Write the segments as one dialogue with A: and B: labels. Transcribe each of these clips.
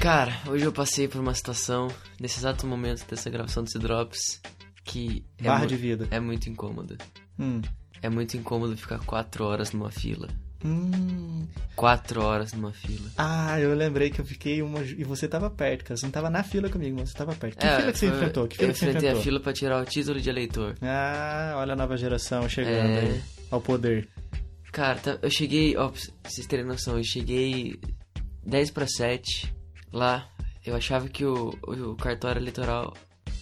A: Cara, hoje eu passei por uma situação, nesse exato momento dessa gravação dos drops, que é,
B: Barra
A: mu-
B: de vida.
A: é muito incômoda.
B: Hum.
A: É muito incômodo ficar quatro horas numa fila.
B: Hum.
A: Quatro horas numa fila.
B: Ah, eu lembrei que eu fiquei uma. E você tava perto, cara. Você não tava na fila comigo, mas você tava perto. Que
A: É,
B: fila que você
A: foi-
B: enfrentou? Que fila
A: eu
B: que você
A: enfrentei
B: enfrentou?
A: a fila pra tirar o título de eleitor.
B: Ah, olha a nova geração chegando
A: É.
B: aí ao poder.
A: Cara, tá- eu cheguei, ó, pra vocês terem noção, eu cheguei 10 para 7 lá. Eu achava que o, o cartório eleitoral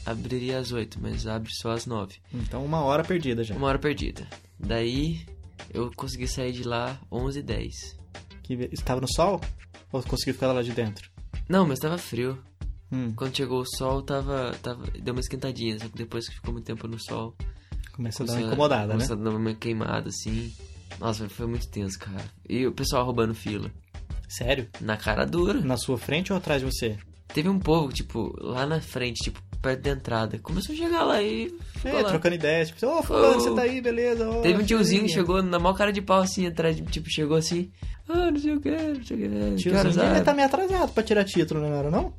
A: abriria às 8, mas abre só às 9.
B: Então, uma hora perdida já.
A: É. Uma hora perdida. Daí eu consegui sair de lá 11h10.
B: Que... Estava no sol? Ou conseguiu ficar lá de dentro?
A: Não, mas tava frio.
B: Hum,
A: Quando chegou o sol, tava, tava deu uma esquentadinha. Só que depois que ficou muito tempo no sol,
B: começa a dar
A: Começou-
B: uma incomodada, né?
A: começou a dar uma queimada assim. Nossa, foi muito tenso, cara. E o pessoal roubando fila.
B: Sério?
A: Na cara dura.
B: Na sua frente ou atrás de você?
A: Teve um povo, tipo, lá na frente, tipo, perto da entrada. Começou a chegar lá e. ficou
B: É,
A: lá.
B: trocando ideias. Tipo, ô, fulano, você tá aí, beleza? Ô,
A: Teve um tiozinho que
B: filhinha.
A: chegou na maior cara de pau assim atrás, de- tipo, chegou assim. Ah, não sei o que, não sei o que. né? Que horas
B: Tiozinho, ele
A: abre?"
B: tá meio atrasado pra tirar título, não era, não?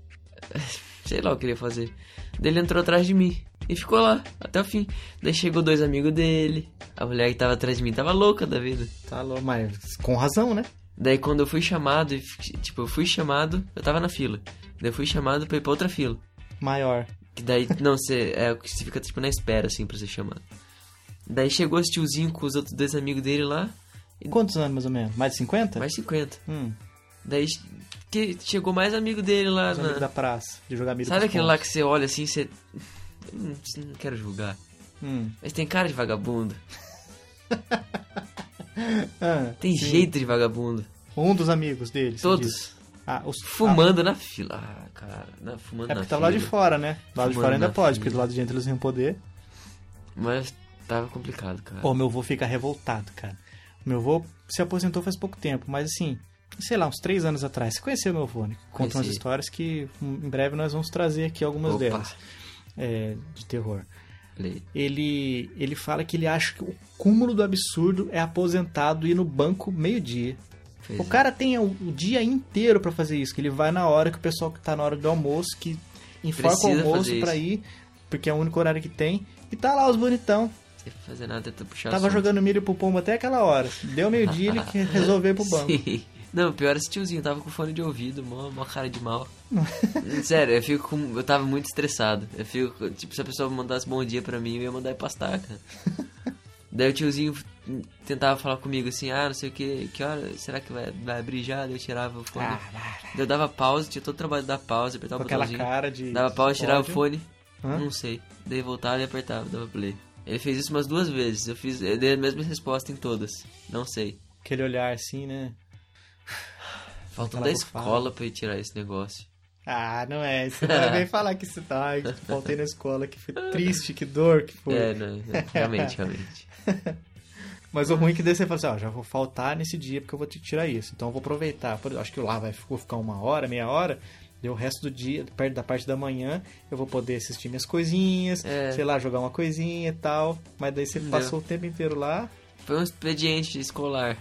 A: Sei lá o que ele ia fazer. Daí ele entrou atrás de mim e ficou lá até o fim. Daí chegou dois amigos dele. A mulher que tava atrás de mim tava louca da vida.
B: Tá louco, mas com razão, né?
A: Daí quando eu fui chamado, e fi- tipo, eu fui chamado, eu tava na fila. Daí eu fui chamado pra ir pra outra fila.
B: Maior.
A: Que daí, não, você é, que você fica tipo na espera assim pra ser chamado. Daí chegou esse tiozinho com os outros dois amigos dele lá,
B: Quantos anos, mais ou menos? Mais de 50?
A: mais 50.
B: Hum,
A: Daí que chegou mais amigo dele lá
B: os amigos
A: na.
B: da praça, de jogar milho
A: é. Sabe
B: com
A: aquele lá
B: pontos.
A: que você olha assim, você. Hum, Não quero julgar.
B: Hum.
A: Mas tem cara de vagabundo.
B: Ah,
A: Tem
B: sim.
A: jeito de vagabundo.
B: Um dos amigos dele. você diz.
A: Todos.
B: Ah, os...
A: Fumando na fila. Ah, cara. na- fumando
B: Ah, é
A: na
B: porque tá
A: fila.
B: lá de fora, né? Lá
A: Fumando
B: de fora ainda
A: na
B: pode,
A: fila.
B: porque do lado de dentro eles não iam poder.
A: Mas tava complicado, cara.
B: Pô, meu avô fica revoltado, cara. Meu avô se aposentou faz pouco tempo, mas assim, sei lá, uns três anos atrás. Você conheceu meu avô, né? Que Conta umas
A: Conheci.
B: histórias que hum, em breve nós vamos trazer aqui algumas
A: Opa.
B: delas. É, de terror.
A: Falei,
B: Ele, ele fala que ele acha que o cúmulo do absurdo é aposentado e ir no banco meio-dia.
A: fez
B: O cara tem o, o dia inteiro pra fazer isso, que ele vai na hora que o pessoal que tá na hora do almoço, que enforca o
A: Precisa
B: almoço
A: fazer
B: pra
A: isso.
B: ir, porque é o único horário que tem, e tá lá os bonitão.
A: Sem fazer nada, tenta puxar
B: Tava
A: é assunto.
B: jogando milho pro pombo até aquela hora. Deu meio-dia ele que resolveu ir pro banco.
A: Sim. Não, pior é esse tiozinho tava com fone de ouvido, mó, mó cara de mal. Sério, eu fico com- Eu tava muito estressado. Eu fico. Tipo, se a pessoa mandasse bom dia pra mim, eu ia mandar ir pastar, cara. Daí o tiozinho tentava falar comigo assim, ah, não sei o que, que hora, será que vai, vai abrir já? Daí eu tirava o
B: Ah.
A: fone. Daí eu dava pausa, tinha todo o trabalho de dar pausa, apertar
B: Com
A: o
B: aquela
A: botãozinho.
B: cara de.
A: Dava pausa, tirava o
B: ódio.
A: fone.
B: Hã?
A: Não sei. Daí voltava e apertava, dava play. Ele fez isso umas duas vezes. Eu fiz. Eu dei a mesma resposta em todas. Não sei.
B: Aquele olhar assim, né?
A: Falta
B: Aquela
A: da
B: bufada.
A: escola pra eu tirar esse negócio.
B: Ah, não é. Você vai bem falar que você tá. ai, que Faltei na escola, que foi triste, que dor que foi.
A: É, não, não, realmente, realmente.
B: Mas o ruim é que daí você fala assim, ó, já vou faltar nesse dia porque eu vou te tirar isso. Então eu vou aproveitar. Por- acho que lá vai vou ficar uma hora, meia hora. E o resto do dia, perto da parte da manhã, eu vou poder assistir minhas coisinhas,
A: É.
B: sei lá, jogar uma coisinha e tal. Mas daí você
A: Entendeu?
B: passou o tempo inteiro lá.
A: Foi um expediente escolar.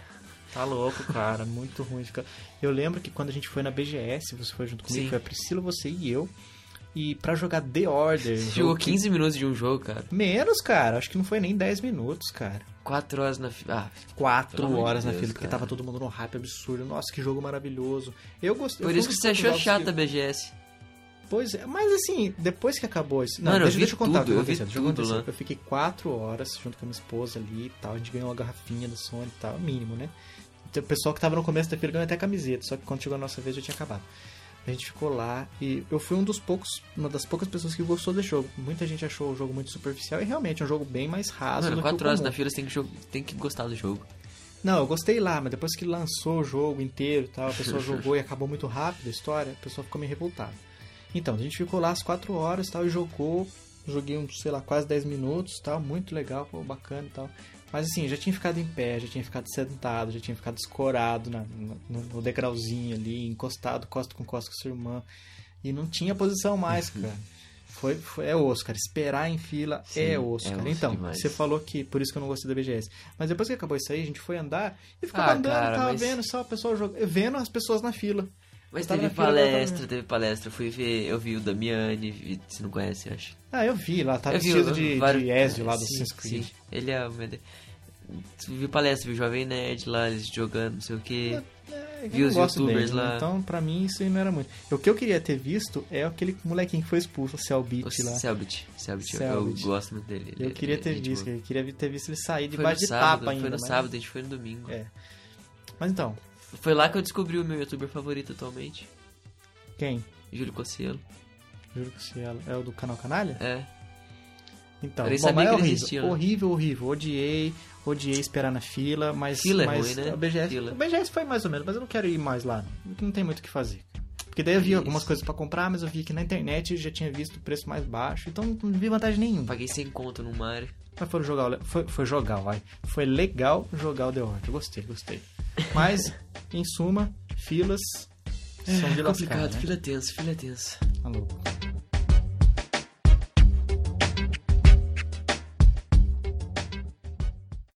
B: Tá louco, cara. Muito ruim. Fica... Eu lembro que quando a gente foi na BGS, você foi junto comigo,
A: Sim.
B: foi a Priscila, você e eu. E pra jogar The Order.
A: Você
B: jogo
A: jogou
B: que-
A: 15 minutos de um jogo, cara.
B: Menos, cara. Acho que não foi nem 10 minutos, cara.
A: 4 horas na fila. Ah, Pelo
B: quatro
A: amor de
B: horas na
A: Deus,
B: fila, porque
A: cara.
B: tava todo mundo num hype absurdo. Nossa, que jogo maravilhoso. Eu gostei.
A: por
B: eu
A: isso que
B: fui
A: você
B: um dos
A: achou
B: jogos
A: chata a BGS.
B: Pois é, mas assim, depois que acabou isso. Não,
A: Mano, eu
B: deixa,
A: vi
B: deixa eu contar o que
A: tudo, eu vi
B: aconteceu. Deixa eu
A: tudo
B: acontecer.
A: lá.
B: Eu fiquei quatro horas junto com a minha esposa ali e tal. A gente ganhou uma garrafinha da Sony e tal, mínimo, né? Então, o pessoal que tava no começo da fila ganhou até camiseta, só que quando chegou a nossa vez já tinha acabado. A gente ficou lá e eu fui um dos poucos, uma das poucas pessoas que gostou desse jogo. Muita gente achou o jogo muito superficial e realmente é um jogo bem mais raso. do
A: Mano,
B: que o
A: 4 horas
B: comum.
A: na fila você tem que, jog- tem que gostar do jogo.
B: Não, eu gostei lá, mas depois que lançou o jogo inteiro e tal, a pessoa jogou e acabou muito rápido a história, a pessoa ficou meio revoltada. Então, a gente ficou lá às 4 horas e tal, e jogou, joguei uns, sei lá, quase 10 minutos e tal, muito legal, pô, bacana e tal. Mas assim, já tinha ficado em pé, já tinha ficado sentado, já tinha ficado escorado na- na- no, no degrauzinho ali, encostado, costa com costa com sua irmã. E não tinha posição mais,
A: Uhum.
B: cara. Foi, foi- é osso, cara. Esperar em fila
A: Sim,
B: é osso,
A: é
B: cara.
A: osso
B: então,
A: demais.
B: você falou que por isso que eu não gostei da BGS. Mas depois que acabou isso aí, a gente foi andar e ficava
A: Ah,
B: andando,
A: cara,
B: tava
A: mas-
B: vendo só o pessoal jogando, vendo as pessoas na fila.
A: Mas
B: Eu tava
A: teve
B: na fila, ela
A: palestra,
B: tava-
A: teve palestra. Eu Fui ver, eu vi o Damiani, vi- você não conhece, eu acho.
B: Ah, eu vi lá, tava
A: eu vi
B: vestido
A: o-
B: de,
A: vários-
B: de Ezio lá do
A: Sim,
B: Assassin's Creed.
A: Sim, ele é o meu... de- Vi palestra, vi o Jovem Nerd lá, eles jogando, não sei o que.
B: É, eu
A: Vi
B: não
A: os
B: gosto
A: youtubers
B: dele, né?
A: lá.
B: Então, pra mim, isso aí não era muito. O que eu queria ter visto é aquele molequinho que foi expulso, o Cellbit
A: O
B: lá.
A: Selbit, Selbit, eu-
B: Selbit.
A: eu gosto muito dele. ele-
B: Eu queria
A: ele é
B: ter
A: gente
B: visto,
A: boa.
B: eu queria ter visto ele sair
A: Foi no
B: debaixo de
A: sábado,
B: tapa ainda.
A: foi no
B: mas-
A: sábado, a gente foi no domingo.
B: É. Mas então,
A: Foi lá que eu descobri o meu youtuber favorito atualmente,
B: quem?
A: Júlio Cossielo.
B: Juro que se ela é o do canal Canalha?
A: É,
B: Então,
A: Eu nem
B: bom,
A: sabia
B: mas é
A: que ele
B: horrível,
A: existia, né?
B: horrível, horrível. Odiei, odiei esperar na fila, mas,
A: Fila é
B: mas
A: ruim, né?
B: a BGS,
A: Fila.
B: a BGS foi mais ou menos, mas eu não quero ir mais lá, não, não tem muito o que fazer. Porque daí eu vi
A: Isso.
B: algumas coisas pra comprar, mas eu vi que na internet eu já tinha visto o preço mais baixo, então não vi vantagem nenhuma.
A: paguei sem conto no Mario.
B: Mas foi jogar, o Le- foi, foi jogar, vai. Foi legal jogar o The Order, eu gostei, gostei. Mas, em suma, filas são de lascar,
A: É, complicado,
B: né?
A: fila tenso, fila tenso.
B: Tá louco.